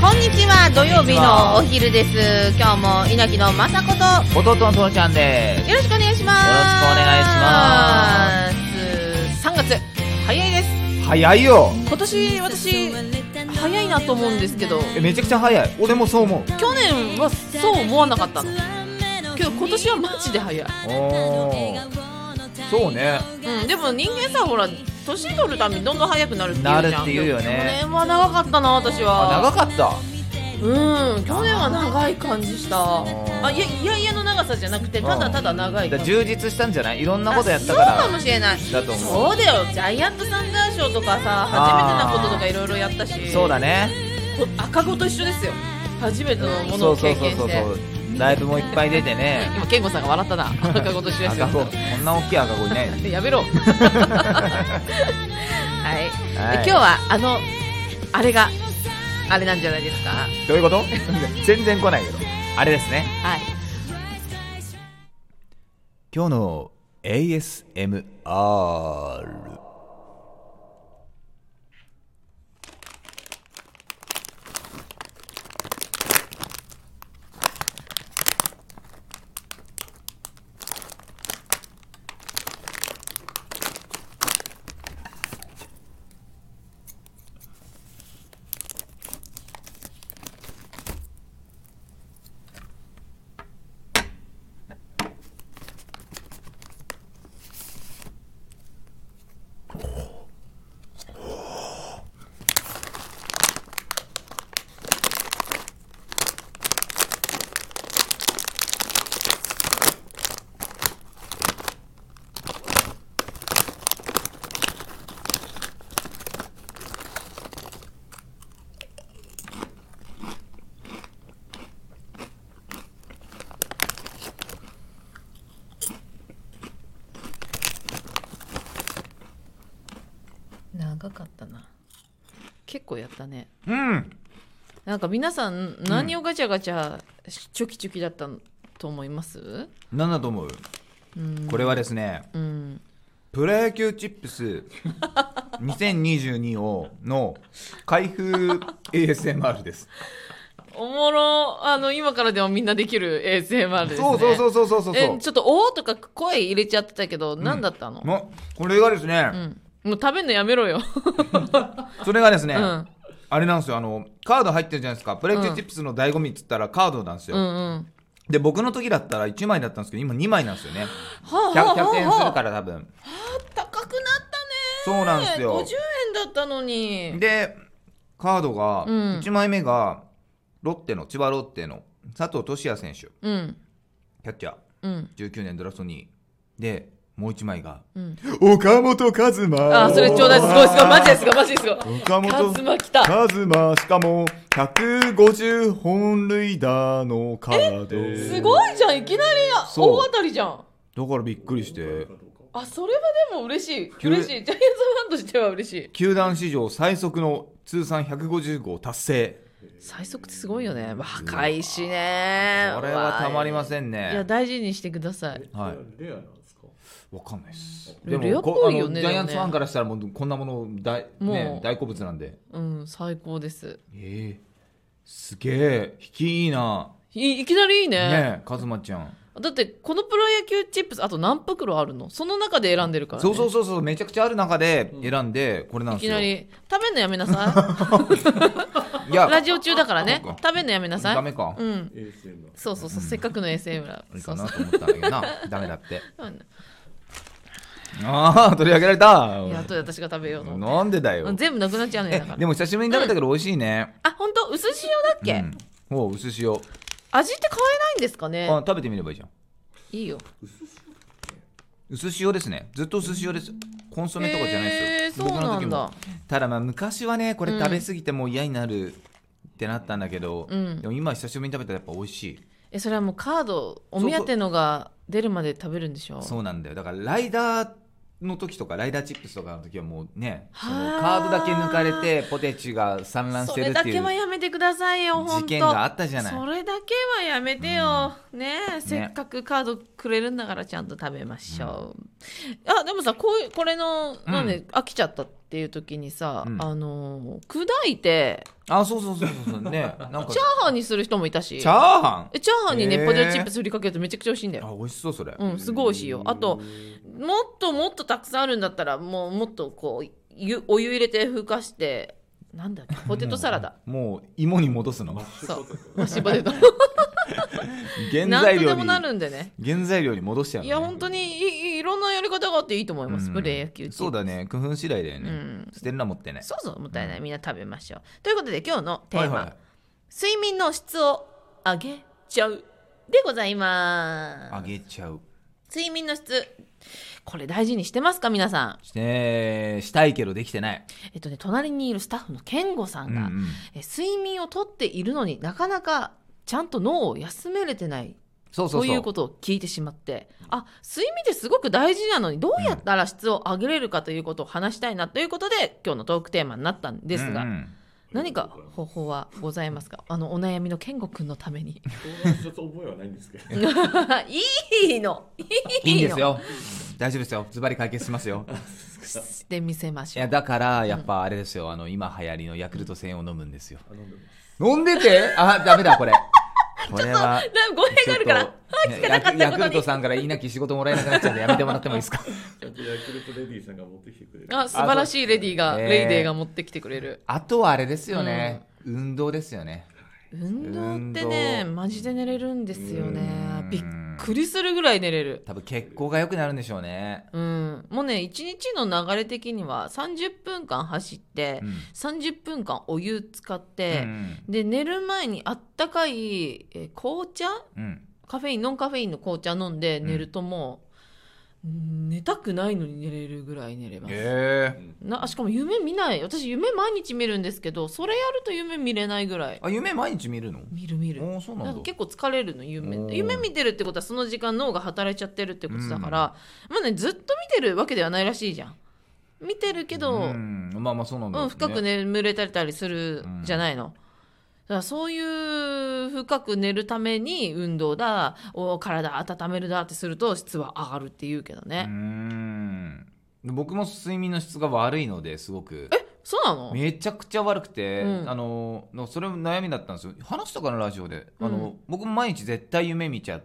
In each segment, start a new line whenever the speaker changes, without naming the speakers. こんにちは土曜日のお昼です今日も稲城の雅子と
弟のともちゃんです。
よろしくお願いします
よろしくお願い
します3月早いです
早いよ
今年私早いなと思うんですけど
えめちゃくちゃ早い。俺もそう思う。
去年はそう思わなかったのけど今年はマジで早い、
おーそうね。
うん、でも人間さほら年取るたびどんどん早くなるって言
な
う
る
じゃん
って言うよ
去
ね。
年は長かったな私は
あ、長かった。
うん去年は長い感じした
ー
あいやいやいやの長さじゃなくてただただ長い
だ
感
か
じ
ら充実したんじゃないいろんなことやったから。
あそうかもしれない
だと思う。
そうだよジャイアントサンダーショーとかさ初めてなこととかいろいろやったし
そうだね。
こ赤子と一緒ですよ初めてのもの
そ
を
うそ
経
うそう
験
そ
し
う
て
そう。ライブもいっぱい出てね。
今健吾さんが笑ったな赤子と一緒ですよ
赤子。こんな大きい赤子 いないです。
やめ ろはい、
はい
で今日はあのあれがあれなんじゃないですかは
どういうこと 全然来ないけど。あれですね。
い
今日の ASMR。
長かったな結構やったね
うん。
なんか皆さん何をガチャガチャしチョキチョキだったと思います
なんだと思う
うん
これはですね。
うん
プロ野球チップス 2022をの開封 ASMR です。
おもろあの今からでもみんなできる ASMR ですね
そうそうそうそうそうそう。
えちょっと「おー」とか声入れちゃってたけど何だったの、うん
のこれがですね、
もう食べんのやめろよ、
それがですね、
うん、
あれなんですよあのカード入ってるじゃないですかプロ野球チップスの醍醐味っつったらカードなんですよ、
うんうん
で僕の時だったら1枚だったんですけど今2枚なんです よね
は
100, 100円するからら多 分
高くなったね
そうなんですよ
50円だったのに
でカードが
うん
1枚目がロッテの千葉ロッテの佐藤俊哉選手
うん
キャッチャー
うん
19年ドラフト2位でもう1枚が
うん
岡本和真
あーそれちょうだいすごいすごいマジですごいマジですごい
岡
カズマ来た
ズマしかも150本塁打のから
す
です
ごいじゃんいきなりや
そう
大当たりじゃん
だからびっくりして
あそれはでも嬉しい
急
嬉しいジャイアンツファンとしては嬉しい
球団史上最速の通算150号達成
最速ってすごいよね若いしね
これはたまりま
ん
せん
いや
ね
大事にしてください
はい
レアなんですか
わかんないです
レア
こ
っぽい
あ
よ
の
ね
ジャイアン
でもね
ツファンからしたらもうこんなもの大,、
も
ね、
う
大好物なんで
うん最高です
ええすげえ引きいいない
いきなりいいね
ねえ和真ちゃん
だってこのプロ野球チップスあと何袋あるのその中で選んでるから、ね、
そうそうそうそうめちゃくちゃある中で選んでこれな
い
んで
き
すよ
なり食べんのやめなさ
い や
いラジオ中だからね
そうか
食べんのやめなさい
ダメか
うん
ASM の
そうそうそう、せっかくの SM だ
いい
そ
か
うそ
な
う
と思ったんだけどなダメだって
うん
ああ取り上げられた
いや後で私が食べようと思っ
なんでだ
て
よ
うん全部なくなっちゃうの
え
よだから
でも久しぶりに食べたけど美味しいね
あ本当薄塩だっけ、
うんおう薄塩あ
味って変えないんですかね
食べてみればいいじゃん
いいよ
薄塩ですねずっと薄塩ですコンソメとかじゃない
へー
ですよ、
そう
僕の
な
時
ん
も
だ
ただまあ昔はねこれ食べ過ぎてもう嫌になるってなったんだけど、
うん
でも今久しぶりに食べたらやっぱ美味しい
えそれはもうカードお目当てのが出るまで食べるんでしょ
そうなんだよだからライダーの時とかライダーチップスとかの時はもうねそ
は
の
あ
カーブだけ抜かれてポテチが散乱し
そ
てる
れ
っ
だ
てい
け
う
はやめてくださいよ本当
事件があったじゃない
それだけはやめてよ、ねえせっかくカードくれるんだからちゃんと食べましょう、あでもさこういうこれの
うん
なんで、飽きちゃったっていう時にさ、
うん
あのー砕いて
あそうそうそうそうそう ねなんか
チャーハンにする人もいたし
チャーハ
えチャーハンにね、
へえ
ポテトチップス振りかけるとめちゃくちゃ美味しいんだ
ン
よ
あ美味しそうそれ
うんすごい美味しいよあともっともっとたくさんあるんだったらもうもっとこうゆお湯入れてふかしてなんだっけポテトサラダ
もう芋に戻すの
そうマッシュポ テト
原
何
材
と
料
で
に
もなるんでね
原材料に戻しちゃうの
い
ね
や本当にいいいろんなやり方があっていいと思います、
うん
プレー野球チーム
そうだね工夫次第だよ
う
ね
ん
捨てるのはもったいない
そうそうもったいないみんな食べましょうということで今日のテーマ、
はいはい
睡眠の質を上げちゃうでございま
あげちゃう
す睡眠の質これ大事にしてますか皆さん
してしたいけどできてない
えっとね隣にいるスタッフの健吾さ
うん
が、
ん
え睡眠をとっているのになかなかちゃんと脳を休めれてない
そうそう
とい
そうう
ことを聞いてしまってあ睡眠ってすごく大事なのにどうやったら質を上げれるかということを話したいなということで、今日のトークテーマになったんですが、
うんうん
何か方法はございますかあのお悩みの健吾くんのため に
ちょっと覚えはないんで すけど。
いいの
いいんですよ大丈夫ですよズバリ解決しますよ
してみせま
い
しょ
や
う
だからやっぱあれですよ、あの今流行りのヤクルト戦を飲むんですよ
あ飲んでます。
飲んでてあダメだ これこれ
な
は
語弊があるから
ちょっと
聞かなかったことに
ヤクヤクルトさんから言いなき仕事もらえなくなっちゃうんでやめてもらってもいいです か
ちゃんとヤクルトレディーさんが持ってきてくれる。
あ素晴らしいレディーが、
あそう
レイデーが持ってきてくれる
あとはあれですよね、運動ですよね
運動ってね
運動
マジで寝れるんですよね
うん
びっくりするぐらい寝れる
多分血行が良くなるんでしょうね、
うんもうね一日の流れ的には30分間走って、
うん
30分間お湯使っ
う
て、
ん
で寝る前にあったかいえー紅茶
うん
カフェインノンカフェインの紅茶飲んで寝るともう、寝たくないのに寝れるぐらい寝れます、
へえ
なしかも夢見ない私夢毎日見るんですけどそれやると夢見れないぐらい
あ夢毎日見るの
見る見る
おーそうな
なんん
だ
か結構疲れるの夢
おー
夢見てるってことはその時間脳が働いちゃってるってことだから、まあねずっと見てるわけではないらしいじゃん見てるけど、う
うんんまあまあそうなんだろうね、
深く眠れたりたりするじゃないの、だからそういう深く寝るために運動だお体温めるだってすると質は上がるって言うけど
うー
ね、
ん僕も睡眠の質が悪いのですごく
そうなの
めちゃくちゃ悪くて、
うん
あののそれも悩みだったんですよ話したかなラジオで、
うん
あの僕も毎日絶対夢見ちゃう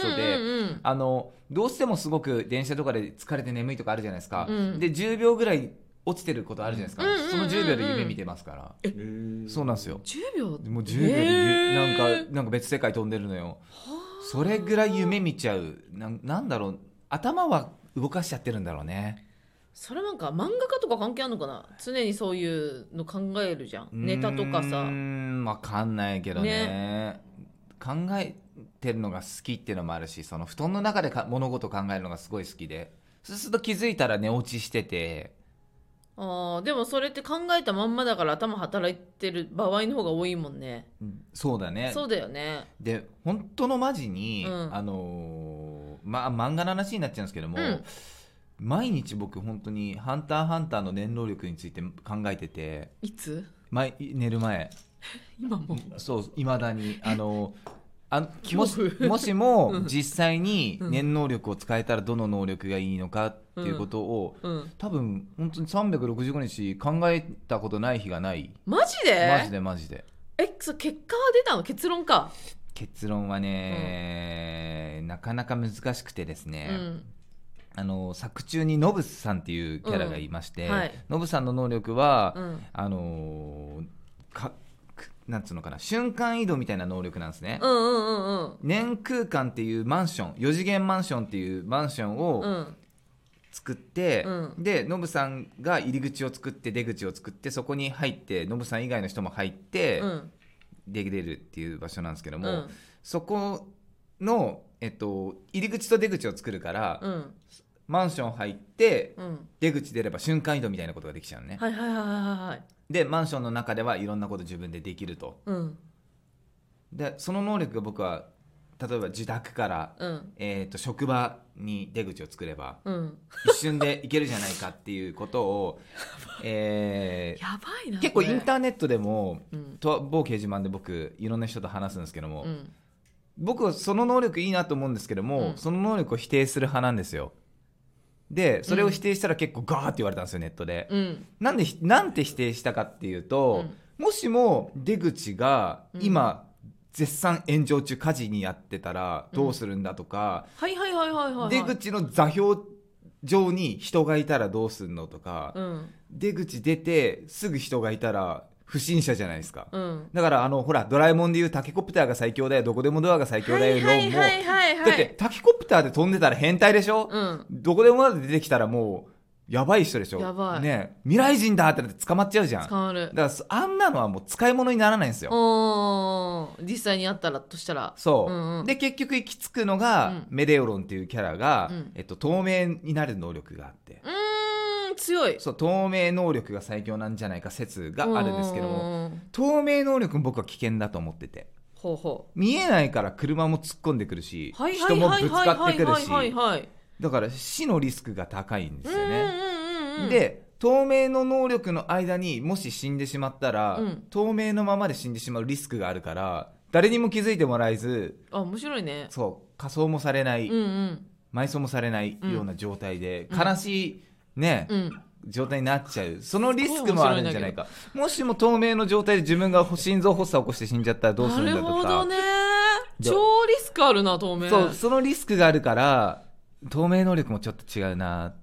人で、
うんうんうんうん
あのどうしてもすごく電車とかで疲れて眠いとかあるじゃないですか、
うん
で10秒ぐらい落ちてることあるじゃないですか、
うんうんうんうん
その10秒で夢見てますから、そうなんですよ
10秒
もう10秒で、
へー
なんかなんか別世界飛んでるのよそれぐらい夢見ちゃうなんなんだろう頭は動かしちゃってるんだろうね
それなんか漫画家とか関係あるのかな常にそういうの考えるじゃんネタとか
う
さ
ーんわかんないけどね考えてるのが好きっていうのもあるしその布団の中でか物事を考えるのがすごい好きでそうすると気づいたら寝落ちしてて
あーでもそれって考えたまんまだから頭働いてる場合の方が多いもんね
そうだね
そうだよね
で本当のマジに、
うん
あのーまあ漫画の話になっちゃうんですけども、
うん
毎日僕本当に「ハンターハンター」の念能力について考えてて
いつ
毎寝る前
今も
そういまだにあのあもし
恐怖
もしも
うん
実際に
うん
念能力を使えたらどの能力がいいのかっていうことを、
うん
多分本当に365日考えたことない日がない、
マジで
マジでマジで
えそう結果は出たの結論か、
結論はね、なかなか難しくてですね、あの作中にノブさんっていうキャラがいまして、
うんはい
ノブさんの能力は、
うんうん
あのーかくなんつうのかな瞬間移動みたいな能力なんですね、
うんうんうんうん
年空間っていうマンション4次元マンションっていうマンション
う
を
ん
作って、
う
でノブさんが入り口を作って出口を作ってそこに入ってノブさん以外の人も入って、
うん
できれるっていう場所なんですけど
う
も、
ん
そこの、えっと、入り口と出口を作るから、
うん
マンション入って
うん
出口出れば瞬間移動みたいなことができちゃうのね、
はいはいはいはいはい
でマンションの中ではいろんなこと自分でできると
うん
でその能力が僕は例えば自宅から、
うん
えー、と職場に出口を作れば
うん
一瞬で行けるじゃないかっていうこ とを、えー
やばいな
結構
これ
インターネットでも
うん
と某掲示板で僕いろんな人と話すんですけども、
うん
僕はその能力いいなと思うんですけども、
うん
その能力を否定する派なんですよでそれを否定したら結構ガーって言われたんですよネットで、
うん
なんでひなんて否定したかっていうと、もしも出口が今、絶賛炎上中火事にやってたらどうするんだとか、
はいはいはいはいはいはい
出口の座標上に人がいたらどうすんのとか、
うん
出口出てすぐ人がいたら不審者じゃないですか、
うん
だからあのほらドラえもんでいうタケコプターが最強だよどこでもドアが最強だよ
は
論
い
も、
はいはいはい
だってタケコプターで飛んでたら変態でしょ、
うん
どこでもドアで出てきたらもうやばい人でしょ
やばい
ねえ未来人だってなって捕まっちゃうじゃん
捕まる
だからそあんなのはもう使い物にならないんですよ。
おー実際にあったらとしたら
そう、
うんうん
で結局行き着くのが、
うん
メレオロンっていうキャラが、
うん
えっと、透明になる能力があって、
うーん強い
そう透明能力が最強なんじゃないか説があるんですけども
も
透明能力も僕は危険だと思ってて
ほうほ
見えないから車も突っ込んでくるし、
うはいは
人
い
も
は
ぶ
い
つ
はい
かっ
は
てく
い
る
はい
し、
はいはい
だから死のリスクが高いんです
うん
よね。
うんうんうん
で透明の能力の間にもし死んでしまったら、
うん
透明のままで死んでしまうリスクがあるから誰にも気づいてもらえず
あ面白いね
そう仮装もされない、
うんうん
埋葬もされない
うん
ような状態で、
うん
悲しいね、
うん
状態になっちゃうそのリスクもあるんじゃないかもしも透明の状態で自分が心臓発作を起こして死んじゃったらどうするんだと
な
か
るほどね
で
超リスクあるな透明
そうそのリスクがあるから透明能力もちょっと違うな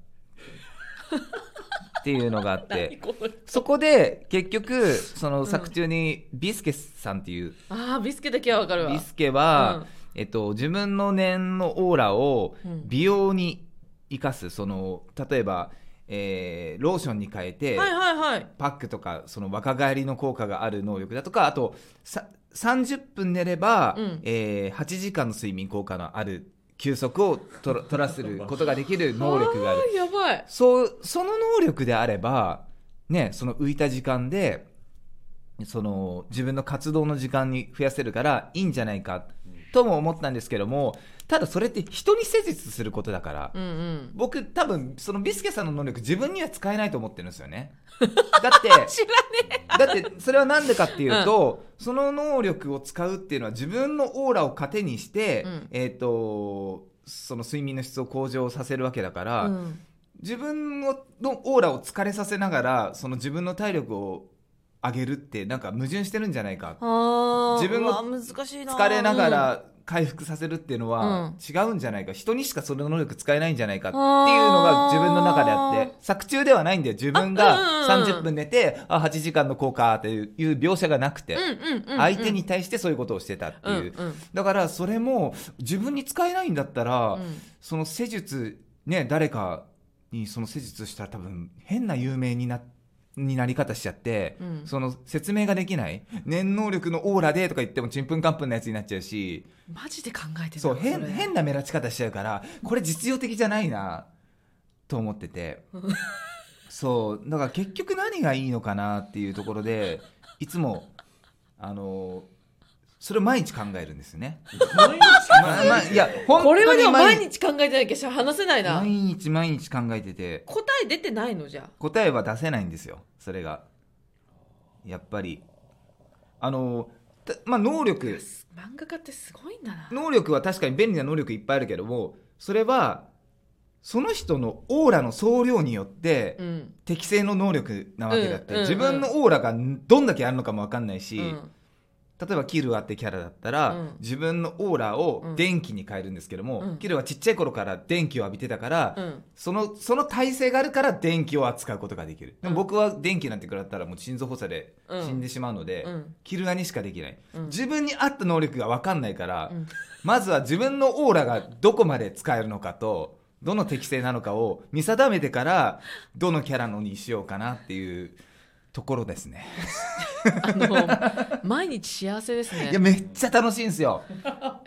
っていうのがあって
何これ
そこで結局その
ん
作中にビスケさんっていう、
あービスケだけはわかるわ
ビスケ
うん
は、えっと、自分の念のオーラを
うん
美容に生かすその例えば、えーローションに変えて、
はいはいはい
パックとかその若返りの効果がある能力だとかあとさ30分寝れば、
うん
えー8時間の睡眠効果のある休息をとら取らせることができる能力がある
あーやばい
そうその能力であれば、ね、その浮いた時間でその自分の活動の時間に増やせるからいいんじゃないかとも思ったんですけどもただそれって人に施術することだから、
うんうん
僕多分そのビスケさんの能力自分には使えないと思ってるんです よね。だって
知らねえ
だってそれは何でかっていうと、その能力を使うっていうのは自分のオーラを糧にして、
うん
えっ、とその睡眠の質を向上させるわけだから、
うん
自分ののオーラを疲れさせながらその自分の体力を上げるってなんか矛盾してるんじゃないか
あー
自分
う
も
わ難しいな
疲れながら回復させるっていうのは
うん
違うんじゃないか、人にしかその能力使えないんじゃないかっていう
あー
のが自分の中であって作中ではないんだよ自分
あ
が
うんうんうん
30分寝てあ8時間の効果っていういう描写がなくて、
うんうんうんうん
相手に対してそういうことをしてたって
う
い
ん
う、
うん
だからそれも自分に使えないんだったら、
うん
その施術ね誰かにその施術したら多分変な有名になになり方しちゃって、
うん
その説明ができない念能力のオーラでとか言ってもちんぷんかんぷんなやつになっちゃうし
マジで考えてる
そう変
れ
変な目立ち方しちゃうからこれ実用的じゃないなと思っ ててそうだから結局何がいいのかなっていうところでいつもあのそれを毎日考えるんですね。
毎日
まあまあいや本
これは
当
で
に
も毎
毎
日
日
考えてなきゃ話せないな
毎日毎日考えてて
答え出てないのじゃ
答えは出せないんですよそれがやっぱりあのたまあ能
あ
力
す漫画家ってすごいんだな
能力は確かに便利な能力いっぱいあるけどもそれはその人のオーラの総量によって
うん
適正の能力なわけだって、
うんうんうん
自分のオーラがどんだけあるのかも分かんないし、
うん
例えばキルアってキャラだったら、
うん
自分のオーラ
う
を
ん
電気に変えるんですけども、
うん
キルアはちっちゃい頃から電気を浴びてたから、
うん
そのその体勢があるから電気を扱うことができるでも僕は電気なんて食らったらもう心臓発作で
うん
死んでしまうので、
うん
キルアにしかできない、
うん
自分に合った能力が分かんないから、
うん
まずは自分のオーラがどこまで使えるのかとどの適性なのかを見定めてからどのキャラのにしようかなっていうところですね
あの毎日幸せです
いや
ね
めっちゃ楽しいんですよ
なんか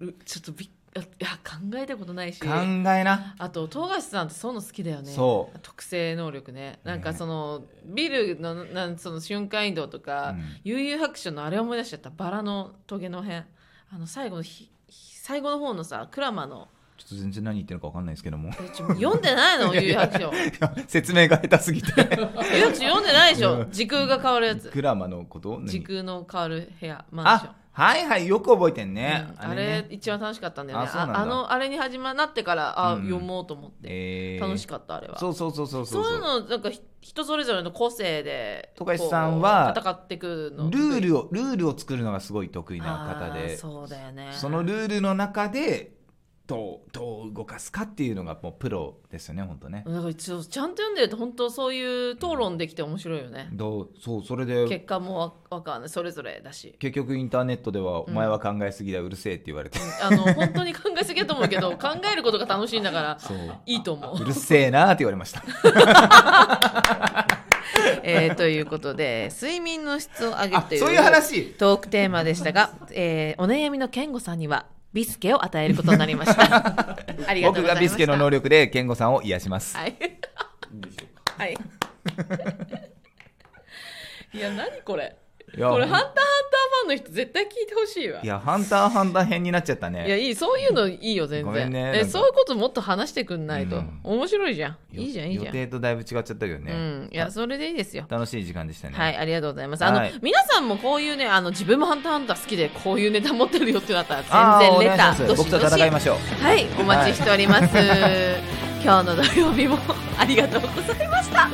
うちょっとびっあいや考えたことないし
考えな
あと富樫さんってそういうの好きだよね
そう
特性能力ねなんかそのビルのなんその瞬間移動とか、
うん
悠々白書のあれ思い出しちゃったバラのトゲの辺あの最後のひひ最後の方のさクラマの
ちょっと全然何言ってるか分かんないですけども
えちょ読んでないの有楽町
説明が下手すぎて
有楽町読んでないでし
う
ょ
ん
時空が変わるやつ
グラマのこと何
時空の変わる部屋マンション
あはいはいよく覚えてんね、
うんあれ
ね
一番楽しかったんだよね
あそうなんだ
ああのあれに始まなってからあ、
うん
読もうと思って
えー
楽しかったあれは
そうそうそうそうそう
そういうのなんかひ人それぞれの個性で
富樫さんは
こう戦ってくの
ルー
を
ルをルールを作るのがすごい得意な方でそ
そうだよね
のルールの中でどうどう動かすかっていうのがもうプロですよね本当ね、
なんかちょちゃんと読んでると本当そういう討論できて面白いよね、
どうそうそれで
結果もわわかんないそれぞれだし
結局インターネットでは「お前は考えすぎだうるせえ」って言われて、
あの本当に考えすぎだと思うけど考えることが楽しいんだから
そう
いいと思う
うるせえなって言われました
えーということで睡眠の質を上げる
あ
という
そういう話
トークテーマでしたが、えーお悩みの健吾さんにはビスケを与えることになりま した。ありがとう
僕
ございました。
がビスケの能力で健吾さんを癒します、
はい。
いいでしょうか
はい。いや、何これ。
いや
これ、ハンターハンターファンの人、絶対聞いてほしいわ。
い
いや、
やハンターハンター編になっちゃったね
いい、そういうのいいよ、全
ごめ
然。
んね
え
なんか
そういうこともっと話してくんないと。
うん
面白いじゃん。いいじゃん、いいじゃ
予
ん。
定とだいぶ違っちゃったけどね、
うん。いや、それでいいですよ。
楽しい時間でしたね
はい、ありがとうございます。あの、
はい
皆さんもこういうね、あの、自分もハンターハンター好きで、こういうネタ持ってるよってなったら、
あ
全然レター、
お願いします
ど
僕
し
と
どし。
戦いましょう
はい、お待ちしております。今日の土曜日も ありがとうございました。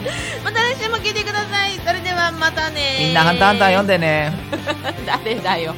また来週も聞いてください。それではまたね。
みんなハンターハンター読んでね
誰だよ。